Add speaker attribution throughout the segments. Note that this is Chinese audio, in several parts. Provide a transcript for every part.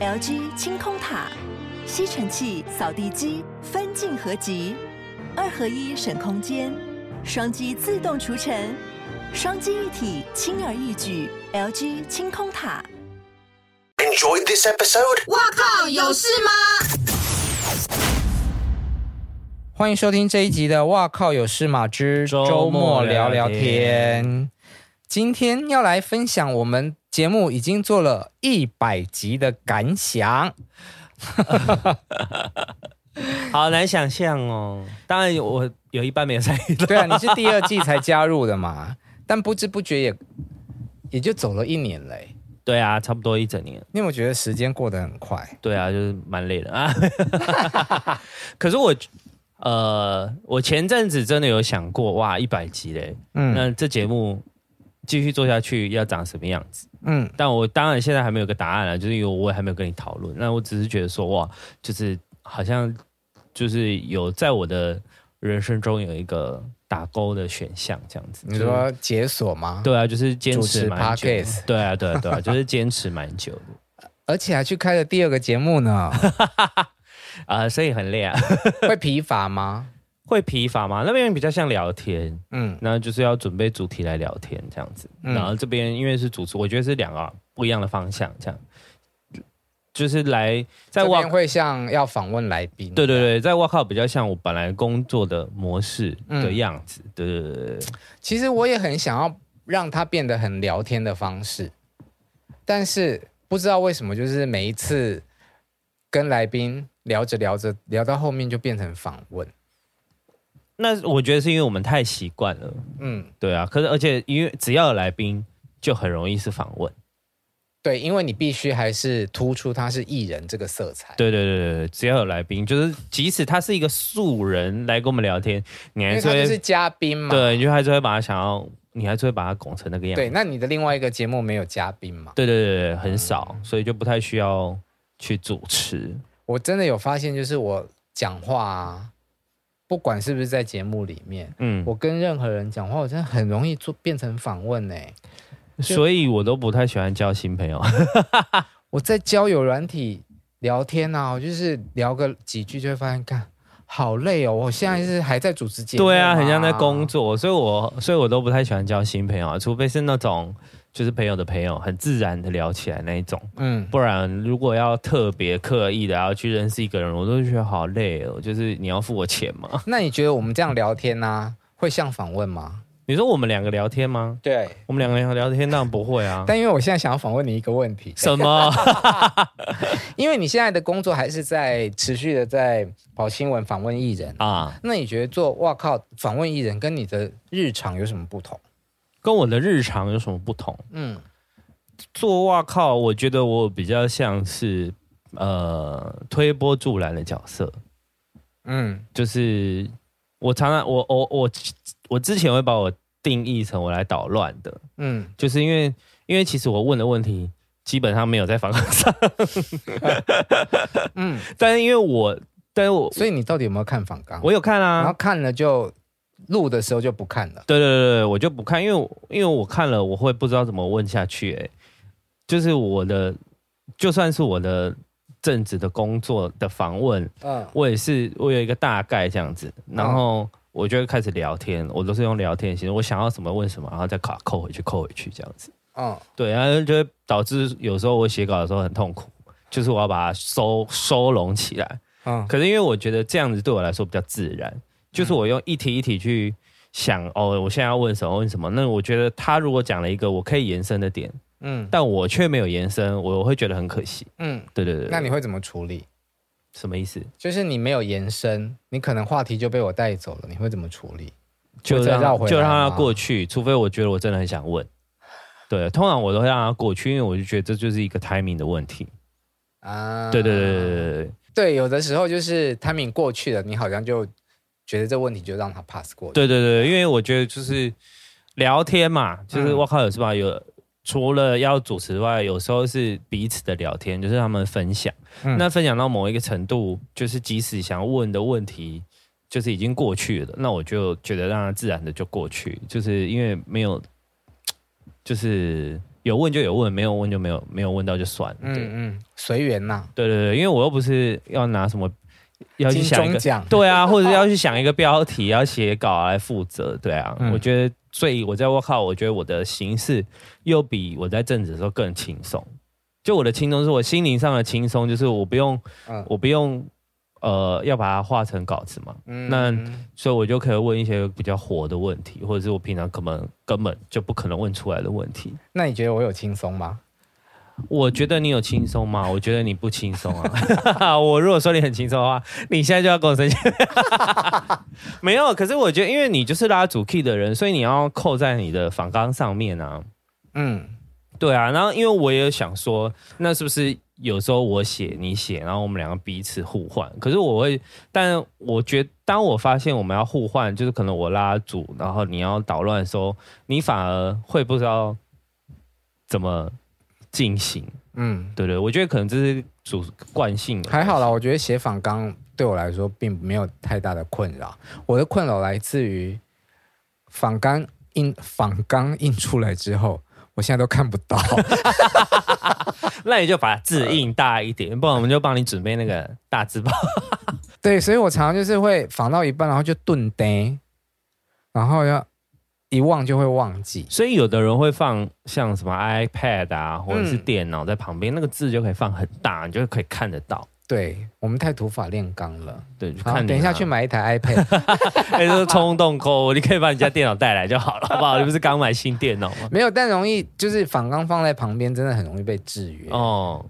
Speaker 1: LG 清空塔、吸尘器、扫地机分镜合集，二合一省空间，双击自动除尘，双击一体轻而易举。LG 清空塔。
Speaker 2: Enjoyed this episode?
Speaker 3: 哇靠，有事吗？
Speaker 4: 欢迎收听这一集的《哇靠有事吗之周
Speaker 5: 周
Speaker 4: 末
Speaker 5: 末
Speaker 4: 聊聊
Speaker 5: 聊聊
Speaker 4: 天
Speaker 5: 天》。
Speaker 4: 今天要来分享我们节目已经做了一百集的感想，
Speaker 5: 好难想象哦。当然有，我有一半没有参 与到。
Speaker 4: 对啊，你是第二季才加入的嘛， 但不知不觉也也就走了一年嘞、
Speaker 5: 对啊，差不多一整年。
Speaker 4: 你有没有觉得时间过得很快？
Speaker 5: 对啊，就是蛮累的啊。 可是我，呃，我前阵子真的有想过，哇，一百集嘞，
Speaker 4: 嗯
Speaker 5: 那这节目继续做下去要长什么样子？
Speaker 4: 嗯，
Speaker 5: 但我当然现在还没有个答案啊，就是因为我也还没有跟你讨论。那我只是觉得说，哇，就是好像就是有在我的人生中有一个打勾的选项这样子。
Speaker 4: 你
Speaker 5: 就是
Speaker 4: 说解锁吗？，
Speaker 5: 对啊，就是坚持蛮
Speaker 4: 主
Speaker 5: 久
Speaker 4: 持
Speaker 5: 的
Speaker 4: podcast。
Speaker 5: 对啊，对啊，对啊，就是坚持蛮久的
Speaker 4: 而且还去开了第二个节目 呢，
Speaker 5: 啊、所以很累啊。
Speaker 4: 会疲乏吗？
Speaker 5: 会疲乏吗？那边比较像聊天，
Speaker 4: 嗯
Speaker 5: 那就是要准备主题来聊天这样子。
Speaker 4: 嗯
Speaker 5: 然后这边因为是主持，我觉得是两个不一样的方向，这样就是来在
Speaker 4: 这
Speaker 5: 哇
Speaker 4: 边，会像要访问来宾，
Speaker 5: 对对，对，在哇靠比较像我本来工作的模式的
Speaker 4: 嗯
Speaker 5: 样子。对对对对对，
Speaker 4: 其实我也很想要让它变得很聊天的方式，但是不知道为什么，就是每一次跟来宾聊着聊着，聊到后面就变成访问。
Speaker 5: 那我觉得是因为我们太习惯了，
Speaker 4: 嗯，
Speaker 5: 对啊。可是而且因为只要有来宾，就很容易是访问。
Speaker 4: 对，因为你必须还是突出他是艺人这个色彩。，
Speaker 5: 对对对对对，只要有来宾，就是即使他是一个素人来跟我们聊天，你
Speaker 4: 因
Speaker 5: 还
Speaker 4: 为
Speaker 5: 是
Speaker 4: 他
Speaker 5: 会
Speaker 4: 就是嘉宾嘛。
Speaker 5: 对，你就还是会把他想要，你还是会把他拱成那个样子。
Speaker 4: 对，那你的另外一个节目没有嘉宾嘛？
Speaker 5: 对对对对，很少，所以就不太需要去主持。
Speaker 4: 我真的有发现，就是我讲话啊，不管是不是在节目里面，
Speaker 5: 嗯，
Speaker 4: 我跟任何人讲话，我真的很容易做变成访问欸呢、
Speaker 5: 所以我都不太喜欢交新朋友。
Speaker 4: 我在交友软体聊天啊，我就是聊个几句就会发现，干好累哦。我现在是还在主持节目、
Speaker 5: 对啊，很像在工
Speaker 4: 作。
Speaker 5: 作，所以我所以我都不太喜欢交新朋友啊，除非是那种就是朋友的朋友，很自然的聊起来那一种。
Speaker 4: 嗯，
Speaker 5: 不然，如果要特别刻意的要去认识一个人，我都觉得好累哦。就是你要付我钱吗？
Speaker 4: 那你觉得我们这样聊天啊，会像访问吗？
Speaker 5: 你说我们两个聊天吗？
Speaker 4: 对，
Speaker 5: 我们两个人聊天当然不会啊。
Speaker 4: 但因为我现在想要访问你一个问题，
Speaker 5: 什么？
Speaker 4: 因为你现在的工作还是在持续的在跑新闻、访问艺人。
Speaker 5: 啊，
Speaker 4: 那你觉得做哇靠访问艺人跟你的日常有什么不同？
Speaker 5: 跟我的日常有什么不同？
Speaker 4: 嗯
Speaker 5: 做哇靠，我觉得我比较像是呃推波助澜的角色，
Speaker 4: 嗯
Speaker 5: 就是我常常我我我我之前会把我定义成我来捣乱的，
Speaker 4: 嗯，
Speaker 5: 就是因为因为其实我问的问题基本上没有在反抗上，
Speaker 4: 嗯，
Speaker 5: 但是因为我但是我
Speaker 4: 所以你到底有没有看访纲？
Speaker 5: 我有看
Speaker 4: 然后
Speaker 5: 啊。
Speaker 4: 看了就录的时候就不看了。
Speaker 5: 对对对对，我就不看，因为我因为我看了，我会不知道怎么问下去、欸。就是我的，就算是我的正职的工作的访问，
Speaker 4: 嗯
Speaker 5: 我也是，我有一个大概这样子，然后我就会开始聊天，我都是用聊天的形式，我想要什么问什么，然后再卡扣回去，扣回去这样子。
Speaker 4: 嗯。
Speaker 5: 对，然后就会导致有时候我写稿的时候很痛苦，就是我要把它收收拢起来。
Speaker 4: 嗯
Speaker 5: 可是因为我觉得这样子对我来说比较自然，就是我用一题一题去想，哦，我现在要问什么问什么。那我觉得他如果讲了一个我可以延伸的点，
Speaker 4: 嗯
Speaker 5: 但我却没有延伸，我会觉得很可惜。
Speaker 4: 嗯，
Speaker 5: 对对对，
Speaker 4: 那你会怎么处理？
Speaker 5: 什么意思？
Speaker 4: 就是你没有延伸，你可能话题就被我带走了，你会怎么处理？
Speaker 5: 就
Speaker 4: 会再
Speaker 5: 让
Speaker 4: 绕回来
Speaker 5: 就让它
Speaker 4: 吗
Speaker 5: 过去，除非我觉得我真的很想问。对，通常我都会让它过去，因为我就觉得这就是一个 timing 的问题。
Speaker 4: 啊，
Speaker 5: 对对对对对对
Speaker 4: 对，有的时候就是 timing 过去了，你好像就觉得这问题就让它 pass 过去。
Speaker 5: 对对对，因为我觉得就是聊天嘛，就是
Speaker 4: 嗯
Speaker 5: 我靠，有什么有除了要主持外，有时候是彼此的聊天，就是他们分享。
Speaker 4: 嗯
Speaker 5: 那分享到某一个程度，就是即使想问的问题。就是已经过去了，那我就觉得让它自然的就过去，就是因为没有，就是有问就有问，没有问就没有没有问到就算了。嗯，
Speaker 4: 嗯嗯，随缘呐，
Speaker 5: 对对对，因为我又不是要拿什么要去
Speaker 4: 金
Speaker 5: 想一
Speaker 4: 钟
Speaker 5: 个
Speaker 4: 奖，
Speaker 5: 对啊， 或者是要去想一个标题，要写稿来负责，对啊。
Speaker 4: 嗯
Speaker 5: 我觉得最我在 w o r k o u 我觉得我的形式又比我在正职的时候更轻松。就我的轻松是我心灵上的轻松，就是我不用
Speaker 4: 嗯
Speaker 5: 我不用呃要把它画成稿子嘛，
Speaker 4: 嗯
Speaker 5: 那
Speaker 4: 嗯
Speaker 5: 所以我就可以问一些比较活的问题，或者是我平常根本根本就不可能问出来的问题。
Speaker 4: 那你觉得我有轻松吗？
Speaker 5: 我觉得你有轻松吗？我觉得你不轻松啊。 我如果说你很轻松的话，你现在就要跟我生气。 没有，可是我觉得，因为你就是拉主 key 的人，所以你要扣在你的反纲上面啊。
Speaker 4: 嗯，
Speaker 5: 对啊，然后因为我也想说，那是不是有时候我写你写，然后我们两个彼此互换？可是我会，但我觉当我发现我们要互换，就是可能我拉主，然后你要捣乱的时候，你反而会不知道怎么进行。
Speaker 4: 嗯，
Speaker 5: 对对，我觉得可能这是主惯性的。
Speaker 4: 还好啦，我觉得写访纲对我来说并没有太大的困扰，我的困扰来自于访纲印访纲印出来之后，我现在都看不到。
Speaker 5: 那你就把字印大一点，不然我们就帮你准备那个大字报。
Speaker 4: 对，所以我常常就是会仿到一半，然后就顿呆，然后要一忘就会忘记。
Speaker 5: 所以有的人会放像什么 iPad 啊，或者是
Speaker 4: 嗯
Speaker 5: 电脑在旁边，那个字就可以放很大，你就可以看得到。
Speaker 4: 对我们太土法炼钢了。
Speaker 5: 对，就
Speaker 4: 好，
Speaker 5: 看你啊
Speaker 4: 等一下去，买一台 iPad，
Speaker 5: 哎，就是冲动购物，你可以把你家电脑带来就好了，好不好？你不是刚买新电脑 吗？
Speaker 4: 没有，但容易就是仿纲放在旁边，真的很容易被制约。哦，
Speaker 5: 哦，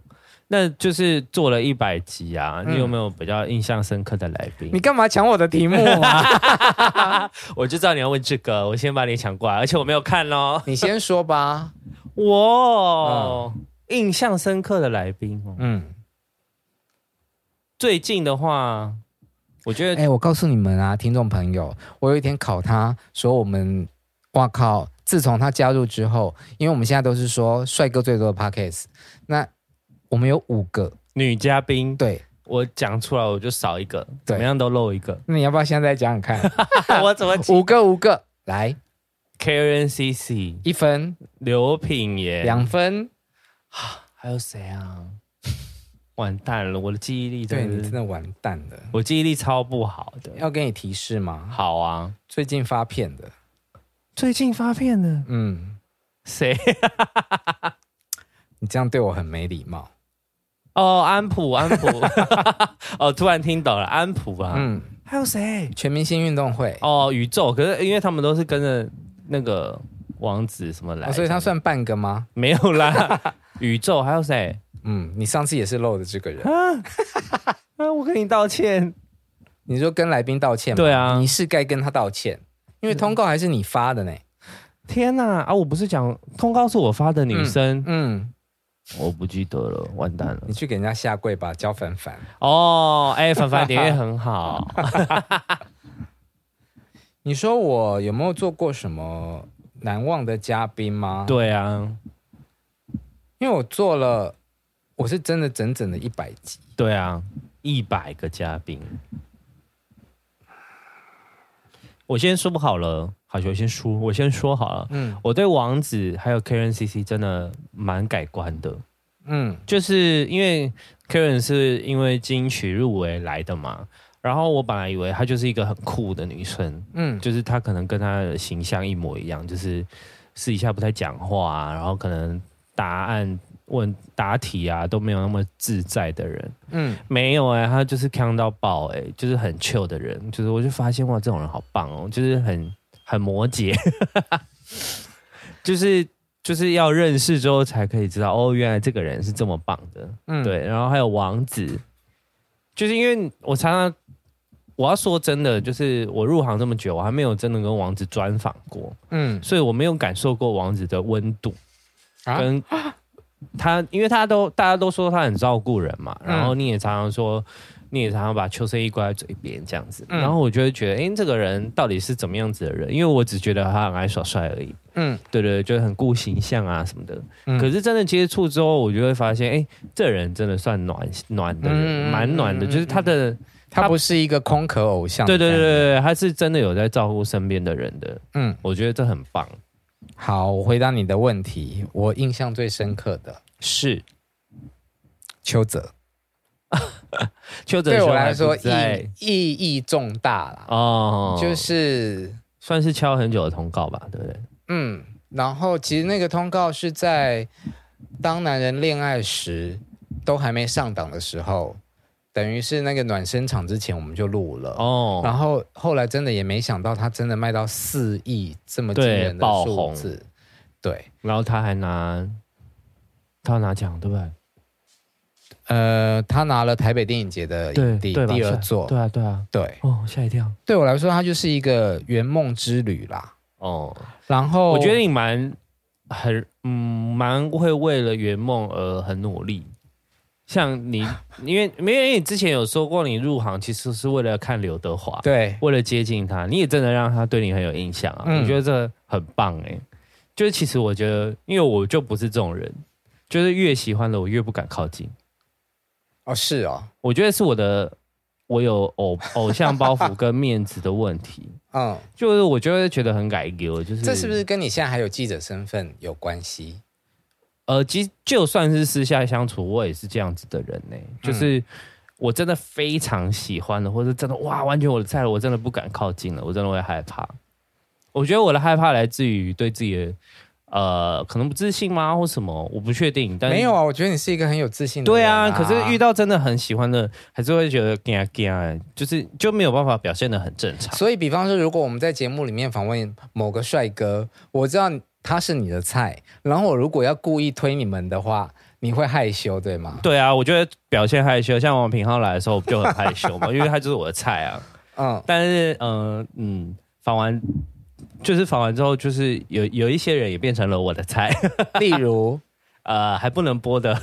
Speaker 5: 那就是做了一百集啊，
Speaker 4: 嗯
Speaker 5: 你有没有比较印象深刻的来宾？
Speaker 4: 你干嘛抢我的题目啊？
Speaker 5: 我就知道你要问这个，我先把你抢过来，而且我没有看哦。
Speaker 4: 你先说吧。
Speaker 5: 哇，印象深刻的来宾哦，
Speaker 4: 嗯，
Speaker 5: 最近的话，我觉得
Speaker 4: 哎、我告诉你们啊，听众朋友，我有一天考他说我们，哇靠！自从他加入之后，因为我们现在都是说帅哥最多的 Pockets，那我们有五个，
Speaker 5: 女嘉宾，
Speaker 4: 对。
Speaker 5: 我讲出来我就少一个，怎么样都漏一 个。
Speaker 4: 那你要不要现在讲讲看？
Speaker 5: 我怎么记
Speaker 4: 五个五个，来，
Speaker 5: ？Karen CC、
Speaker 4: 一分、
Speaker 5: 刘品言，
Speaker 4: 两分，
Speaker 5: 还有谁啊？完蛋了，我的记忆力
Speaker 4: 对
Speaker 5: 真
Speaker 4: 你哎
Speaker 5: 的
Speaker 4: 真
Speaker 5: 是，
Speaker 4: 的完蛋了。
Speaker 5: 我记忆力超不好的。
Speaker 4: 要给你提示吗？
Speaker 5: 好啊，
Speaker 4: 最近发片的，
Speaker 5: 最近发片的
Speaker 4: 嗯，
Speaker 5: 谁？
Speaker 4: 你这样对我很没礼貌。
Speaker 5: 哦，安普，安 普，哦，突然听懂了，安普啊，
Speaker 4: 嗯，
Speaker 5: 还有谁？
Speaker 4: 全明星运动会，哦
Speaker 5: 哦，宇宙，可是因为他们都是跟着那个王子什么来，
Speaker 4: 哦所以他算半个吗？
Speaker 5: 没有啦。 宇宙还有谁？
Speaker 4: 嗯，你上次也是漏的这个 人。
Speaker 5: 啊啊！我跟你道歉。
Speaker 4: 你说跟来宾道歉吗？
Speaker 5: 对啊
Speaker 4: 你是该跟他道歉，因为通告还是你发的呢。
Speaker 5: 天呐啊！我不是讲通告是我发的女生，
Speaker 4: 嗯，
Speaker 5: 我不记得了，完蛋了
Speaker 4: 你。去给人家下跪吧，焦凡凡。
Speaker 5: 哦，哎，凡凡点阅很好，
Speaker 4: 你说我有没有做过什么难忘的嘉宾吗？，
Speaker 5: 对啊，
Speaker 4: 因为我做了，我是真的整整的一百集。
Speaker 5: 对啊，一百个嘉宾，我先说不好了，好，我先说，我先说好了。
Speaker 4: 嗯
Speaker 5: 我对王子还有 Karen CC 真的蛮改观的，
Speaker 4: 嗯
Speaker 5: 就是因为 Karen 是因为金曲入围来的嘛，然后我本来以为她就是一个很酷的女生，
Speaker 4: 嗯
Speaker 5: 就是她可能跟她的形象一模一样，就是私底下不太讲话、啊，然后可能答案问答题啊都没有那么自在的人，
Speaker 4: 嗯
Speaker 5: 没有哎、她就是强到爆哎、就是很 chill 的人，就是我就发现哇，这种人好棒哦，就是很很摩羯， 就是就是要认识之后才可以知道哦，原来这个人是这么棒的，
Speaker 4: 嗯，，
Speaker 5: 对，然后还有王子，就是因为我常常，我要说真的，就是我入行这么久，我还没有真的跟王子专访过，
Speaker 4: 嗯
Speaker 5: 所以我没有感受过王子的温度
Speaker 4: 啊
Speaker 5: 跟他，因为他都大家都说他很照顾人嘛，然
Speaker 4: 嗯
Speaker 5: 后你也常常说。你也常常把秋生一挂在嘴边这样子，
Speaker 4: 嗯
Speaker 5: 然后我就会觉得，哎、这个人到底是怎么样子的人？因为我只觉得他很爱耍帅而已，
Speaker 4: 嗯
Speaker 5: 对对，对就是很顾形象啊什么的。
Speaker 4: 嗯
Speaker 5: 可是真的接触之后，我就会发现，哎、这人真的算暖暖的人，
Speaker 4: 嗯
Speaker 5: 蛮、暖的，
Speaker 4: 嗯
Speaker 5: 就是他的，
Speaker 4: 他
Speaker 5: 他
Speaker 4: 不是一个空壳偶像。
Speaker 5: 对对对，对，他是真的有在照顾身边的人的，
Speaker 4: 嗯，
Speaker 5: 我觉得这很棒。
Speaker 4: 好，我回答你的问题。我印象最深刻的
Speaker 5: 是
Speaker 4: 邱泽，
Speaker 5: 邱泽
Speaker 4: 对我
Speaker 5: 兄
Speaker 4: 来
Speaker 5: 还
Speaker 4: 说
Speaker 5: 不在
Speaker 4: 意意义重大啦。
Speaker 5: 哦，
Speaker 4: 就是
Speaker 5: 算是敲很久的通告吧，对不对？
Speaker 4: 嗯，然后其实那个通告是在当男人恋爱时都还没上档的时候，等于是那个暖身场之前我们就录了。
Speaker 5: 哦，
Speaker 4: 然后后来真的也没想到，他真的卖到四亿这么惊
Speaker 5: 对
Speaker 4: 人的
Speaker 5: 爆
Speaker 4: 数
Speaker 5: 红
Speaker 4: 字。对，
Speaker 5: 然后他还拿他拿奖，对不对？
Speaker 4: 呃，他拿了台北电影节的
Speaker 5: 对
Speaker 4: 影帝
Speaker 5: 对吧
Speaker 4: 第
Speaker 5: 是
Speaker 4: 二
Speaker 5: 啊
Speaker 4: 座。
Speaker 5: 对啊对啊，
Speaker 4: 对，
Speaker 5: 哦吓一跳
Speaker 4: 对我来说，它就是一个圆梦之旅啦。
Speaker 5: 哦，
Speaker 4: 然后
Speaker 5: 我觉得你蛮很嗯蛮会为了圆梦而很努力。像 你，因为因为你之前有说过，你入行其实是为了看刘德华，
Speaker 4: 对，
Speaker 5: 为了接近他，你也真的让他对你很有印象啊。
Speaker 4: 嗯
Speaker 5: 我觉得这很棒哎、就是其实我觉得，因为我就不是这种人，就是越喜欢的我越不敢靠近。
Speaker 4: 哦是哦，
Speaker 5: 我觉得是我的，我有偶偶像包袱跟面子的问题，
Speaker 4: 嗯，
Speaker 5: 就是我就会觉得很改丢，就是
Speaker 4: 这是不是跟你现在还有记者身份有关系？
Speaker 5: 呃，其实就算是私下相处，我也是这样子的人呢、
Speaker 4: 嗯
Speaker 5: 就是我真的非常喜欢的，或者真的哇，完全我的菜了，我真的不敢靠近了，我真的会害怕。我觉得我的害怕来自于对自己的呃，可能不自信吗，或什么，我不确定。但
Speaker 4: 没有啊，我觉得你是一个很有自信的
Speaker 5: 对
Speaker 4: 人、
Speaker 5: 啊，
Speaker 4: 啊。
Speaker 5: 可是遇到真的很喜欢的，还是会觉得嘎嘎，啊就是就没有办法表现的很正常。
Speaker 4: 所以比方说，如果我们在节目里面访问某个帅哥，我知道他是你的菜，然后我如果要故意推你们的话，你会害羞对吗？
Speaker 5: 对啊，我觉得表现害羞，像王品浩来的时候，我就很害羞 嘛，因为他就是我的菜啊。
Speaker 4: 嗯，
Speaker 5: 但是，嗯、嗯，访完就是访完之后，就是有有一些人也变成了我的菜，
Speaker 4: 例如
Speaker 5: 呃，还不能播的，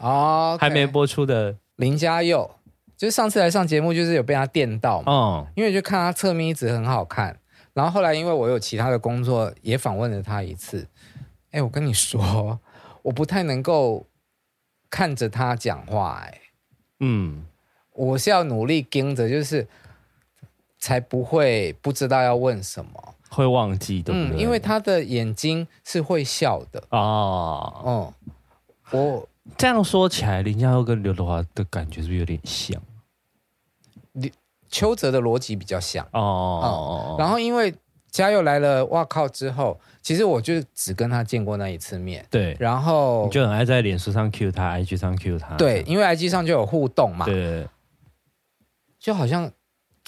Speaker 4: 哦，OK，
Speaker 5: 还没播出的，
Speaker 4: 林嘉佑，就是上次来上节目，就是有被他电到嘛。
Speaker 5: 哦、
Speaker 4: 因为就看他侧面一直很好看，然后后来因为我有其他的工作，也访问了他一次。哎，我跟你说，我不太能够看着他讲话、哎，
Speaker 5: 嗯，
Speaker 4: 我是要努力盯着，就是才不会不知道要问什么。
Speaker 5: 会忘记，对不
Speaker 4: 嗯，
Speaker 5: 对？
Speaker 4: 因为他的眼睛是会笑的。
Speaker 5: 哦，
Speaker 4: 哦、我
Speaker 5: 这样说起来，林嘉佑跟刘德华的感觉是不是有点像？
Speaker 4: 邱泽的逻辑比较像，
Speaker 5: 哦哦哦
Speaker 4: 然后因为嘉佑来了，哇靠！之后其实我就只跟他见过那一次面，
Speaker 5: 对，
Speaker 4: 然后
Speaker 5: 你就很爱在脸书上 Q 他，IG 上 Q 他，
Speaker 4: 对，因为 IG 上就有互动嘛，
Speaker 5: 对，
Speaker 4: 就好像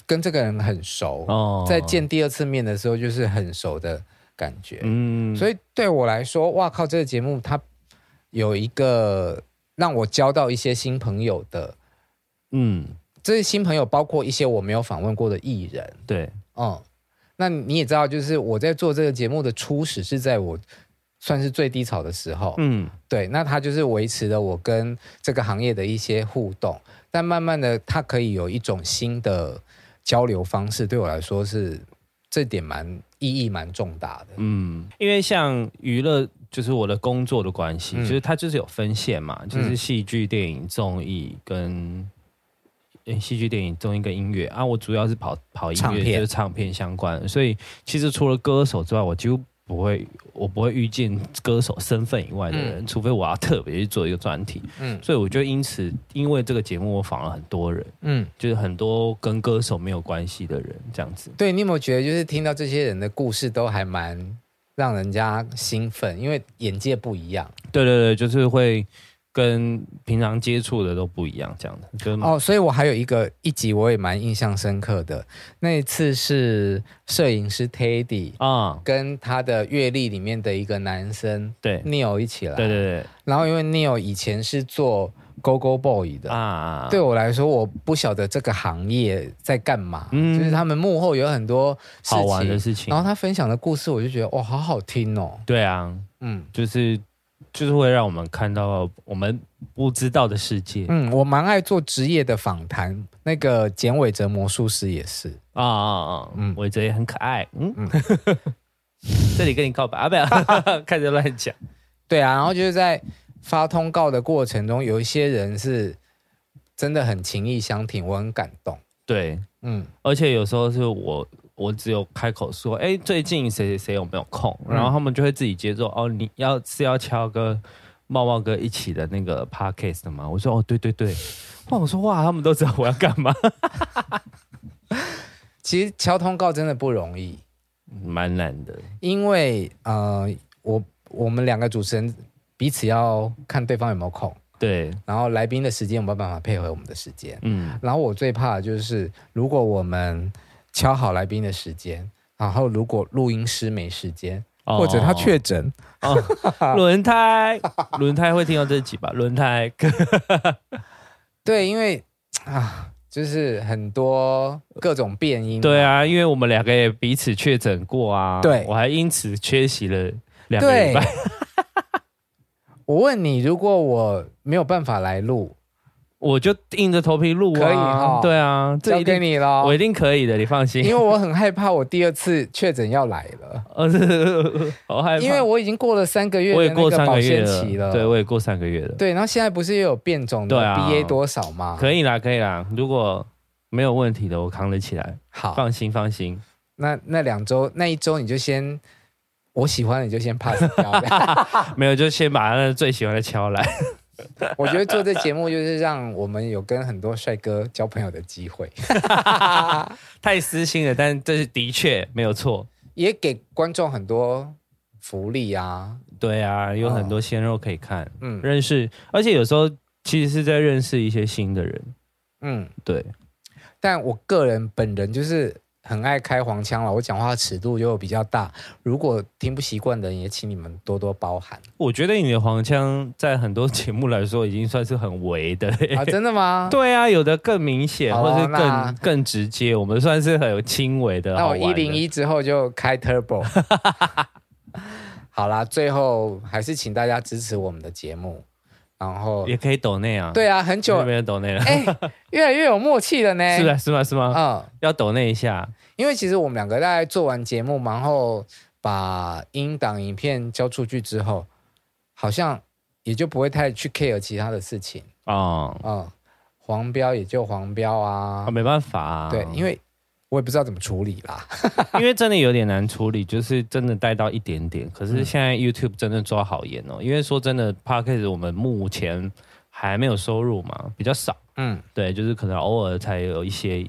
Speaker 4: 跟这个人很熟，
Speaker 5: 哦
Speaker 4: 在见第二次面的时候就是很熟的感觉。
Speaker 5: 嗯
Speaker 4: 所
Speaker 5: 以
Speaker 4: 以对我来说，哇靠，这个节目它有一个让我交到一些新朋友的，
Speaker 5: 嗯，
Speaker 4: 这些新朋友包括一些我没有访问过的艺人，
Speaker 5: 对，
Speaker 4: 嗯，那你也知道，就是我在做这个节目的初始是在我算是最低潮的时候，
Speaker 5: 嗯
Speaker 4: 对，那它就是维持了我跟这个行业的一些互动，但慢慢的，它可以有一种新的交流方式，对我来说是这点蛮意义蛮重大的。
Speaker 5: 嗯，因为像娱乐，就是我的工作的关系，
Speaker 4: 嗯
Speaker 5: 就是它就是有分线嘛，就是戏剧、电影、综艺跟诶戏剧、电影、综艺跟音乐啊。我主要是跑跑音
Speaker 4: 唱
Speaker 5: 乐，
Speaker 4: 片
Speaker 5: 就是唱片相关的，所以其实除了歌手之外，我几乎不会，我不会遇见歌手身份以外的人，除非我要特别去做一个专题。
Speaker 4: 嗯
Speaker 5: 所以我就因此，因为这个节目，我访了很多人，
Speaker 4: 嗯，
Speaker 5: 就是很多跟歌手没有关系的人，这样子。
Speaker 4: 对你有没有觉得，就是听到这些人的故事都还蛮让人家兴奋，因为眼界不一样
Speaker 5: 对对对，就是会跟平常接触的都不一样，这样的。就哦
Speaker 4: 哦。所以我还有一个一集我也蛮印象深刻的，那一次是摄影师 Teddy
Speaker 5: 啊，
Speaker 4: 跟他的阅历里面的一个男生
Speaker 5: 对
Speaker 4: Neil 一起来，
Speaker 5: 对对
Speaker 4: 然后因为 Neil 以前是做 Go Go Boy
Speaker 5: 对
Speaker 4: 的，
Speaker 5: 啊，
Speaker 4: 对我来说我不晓得这个行业在干嘛，
Speaker 5: 嗯
Speaker 4: 就是他们幕后有很多事情
Speaker 5: 好玩的事情
Speaker 4: 然后他分享的故事，我就觉得哇，好好听哦，
Speaker 5: 对啊，
Speaker 4: 嗯
Speaker 5: 就是就是会让我们看到我们不知道的世界
Speaker 4: 嗯，我蛮爱做职业的访谈，那个简伟哲魔术师也是，
Speaker 5: 啊啊啊！
Speaker 4: 嗯
Speaker 5: 嗯，我觉得也很可爱，嗯。 这里跟你告白啊！不要 开始乱讲。
Speaker 4: 对啊，然后就是在发通告的过程中，有一些人是真的很情意相挺，我很感动，
Speaker 5: 对，
Speaker 4: 嗯
Speaker 5: 而且有时候是我我只有开口说，哎、最近谁谁谁有没有空？然
Speaker 4: 嗯
Speaker 5: 后他们就会自己接受。哦，你要是要敲跟茂茂哥一起的那个 podcast 的吗？我说哦，对对对。哇，我说哇，他们都知道我要干 嘛，
Speaker 4: 其实敲通告真的不容易，
Speaker 5: 蛮难的。
Speaker 4: 因为呃，我我们两个主持人彼此要看对方有没有空，
Speaker 5: 对，
Speaker 4: 然后来宾的时间有没有办法配合我们的时间。
Speaker 5: 嗯，
Speaker 4: 然后我最怕的就是，如果我们敲好来宾的时间，然后如果录音师没时间，或者他确诊，
Speaker 5: 哦哦轮胎，轮胎会听到这集吧？轮胎，
Speaker 4: 嗯对，因为啊，就是很多各种变音，
Speaker 5: 对，啊，因为我们两个也彼此确诊过啊，
Speaker 4: 对
Speaker 5: 我还因此缺席了两个
Speaker 4: 对
Speaker 5: 礼拜。。
Speaker 4: 我问你，如果我没有办法来录，
Speaker 5: 我就硬着头皮录啊，
Speaker 4: 可以哈
Speaker 5: 对啊，这
Speaker 4: 交
Speaker 5: 一
Speaker 4: 给
Speaker 5: 定，
Speaker 4: 你了
Speaker 5: 我，一定可以的，你放心。
Speaker 4: 因 为我很害怕我第二次确诊要来了，
Speaker 5: 呃，是好害怕，
Speaker 4: 因为我已经过了三个月
Speaker 5: 我也
Speaker 4: 的那
Speaker 5: 过
Speaker 4: 个
Speaker 5: 三
Speaker 4: 保
Speaker 5: 个
Speaker 4: 鲜
Speaker 5: 月
Speaker 4: 期了，
Speaker 5: 对我也过三个月了，
Speaker 4: 对，然后现在不是又有变种的
Speaker 5: 对啊
Speaker 4: BA 多少吗？
Speaker 5: 可以啦，可以啦，如果没有问题的，我扛得起来，
Speaker 4: 好，
Speaker 5: 放心，放心。
Speaker 4: 那那两周那一周你就先，我喜欢的你就先 pass 掉。
Speaker 5: 没有，就先把那最喜欢的敲来。
Speaker 4: 我觉得做这节目就是让我们有跟很多帅哥交朋友的机会，
Speaker 5: 太私心了，但这是的确没有错。
Speaker 4: 也给观众很多福利啊。
Speaker 5: 对啊，有很多鲜肉可以看，
Speaker 4: 嗯
Speaker 5: 认识，而且有时候其实是在认识一些新的人。
Speaker 4: 嗯，
Speaker 5: 对，
Speaker 4: 但我个人本人就是很爱开黄腔了，我讲话尺度就比较大。如果听不习惯的人，也请你们多多包 涵
Speaker 5: 我觉得你的黄腔在很多节目来说已经算是很违的、欸
Speaker 4: 啊！真的吗？
Speaker 5: 对啊，有的更明显，
Speaker 4: 好啊
Speaker 5: 或是
Speaker 4: 那
Speaker 5: 更更直接，我们算是很有轻微的。
Speaker 4: 那
Speaker 5: 好
Speaker 4: 我
Speaker 5: 玩的
Speaker 4: 一零一之后就开 Turbo。好啦，最后还是请大家支持我们的节目，然后
Speaker 5: 也可以抖内啊，
Speaker 4: 对，啊，很久
Speaker 5: 没有抖内了，
Speaker 4: 哎、越来越有默契了呢。
Speaker 5: 是啊吧？是吗？是吗？
Speaker 4: 嗯，
Speaker 5: 要抖内一下，
Speaker 4: 因为其实我们两个大概做完节目，然后把音档、影片交出去之后，好像也就不会太去 care 其他的事情。
Speaker 5: 哦，
Speaker 4: 嗯，黄标也就黄标啊
Speaker 5: 啊，，没办法、啊，
Speaker 4: 对，因
Speaker 5: 为
Speaker 4: 为我也不知道怎么处理啦。
Speaker 5: 因为真的有点难处理，就是真的带到一点点。可
Speaker 4: 嗯
Speaker 5: 是现在 YouTube 真的抓好严哦，因为说真的 p a c k a g e 我们目前还没有收入嘛，比较少，
Speaker 4: 嗯，
Speaker 5: 对，就是可能偶尔才有一些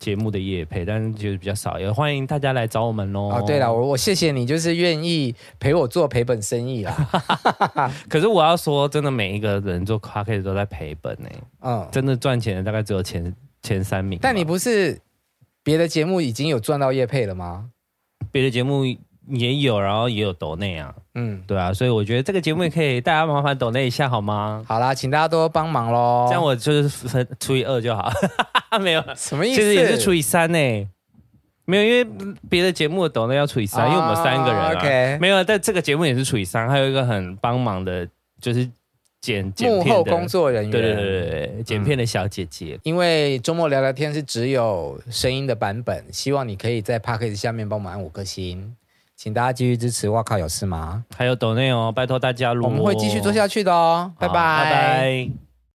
Speaker 5: 节目的业配，但是就是比较少，也欢迎大家来找我们哦。
Speaker 4: 哦，对了，我我谢谢你，就是愿意陪我做赔本生意啦。
Speaker 5: 可是我要说，真的每一个人做 p a c k a g e 都在赔本呢、
Speaker 4: 嗯，
Speaker 5: 真的赚钱的大概只有前前三名吧。
Speaker 4: 但你不是别的节目已经有赚到业配了吗？
Speaker 5: 别的节目也有，然后也有抖内啊，
Speaker 4: 嗯，
Speaker 5: 对啊，所以我觉得这个节目也可以，大家麻烦抖内一下好吗？
Speaker 4: 好啦，请大家多帮忙喽。
Speaker 5: 这样我就是分除以二就好， 没有了，
Speaker 4: 什么意
Speaker 5: 其
Speaker 4: 思？
Speaker 5: 实也是除以三呢、没有，因为别的节目的抖内要除以三、
Speaker 4: 啊
Speaker 5: 因为我们三个人、啊
Speaker 4: OK
Speaker 5: 没有，但这个节目也是除以三，还有一个很帮忙的，就是剪剪
Speaker 4: 幕
Speaker 5: 片
Speaker 4: 后
Speaker 5: 的
Speaker 4: 工，作人员。嗯
Speaker 5: 对对对对对，剪片的小姐姐，
Speaker 4: 因为周末聊聊天是只有声音的版本，希望你可以在 p a c k a g e 下面帮我们按五颗星，请大家继续支持。哇靠，有事吗？
Speaker 5: 还有抖内哦，拜托大家咯，
Speaker 4: 我们会继续做下去的哦，拜
Speaker 5: 好拜拜。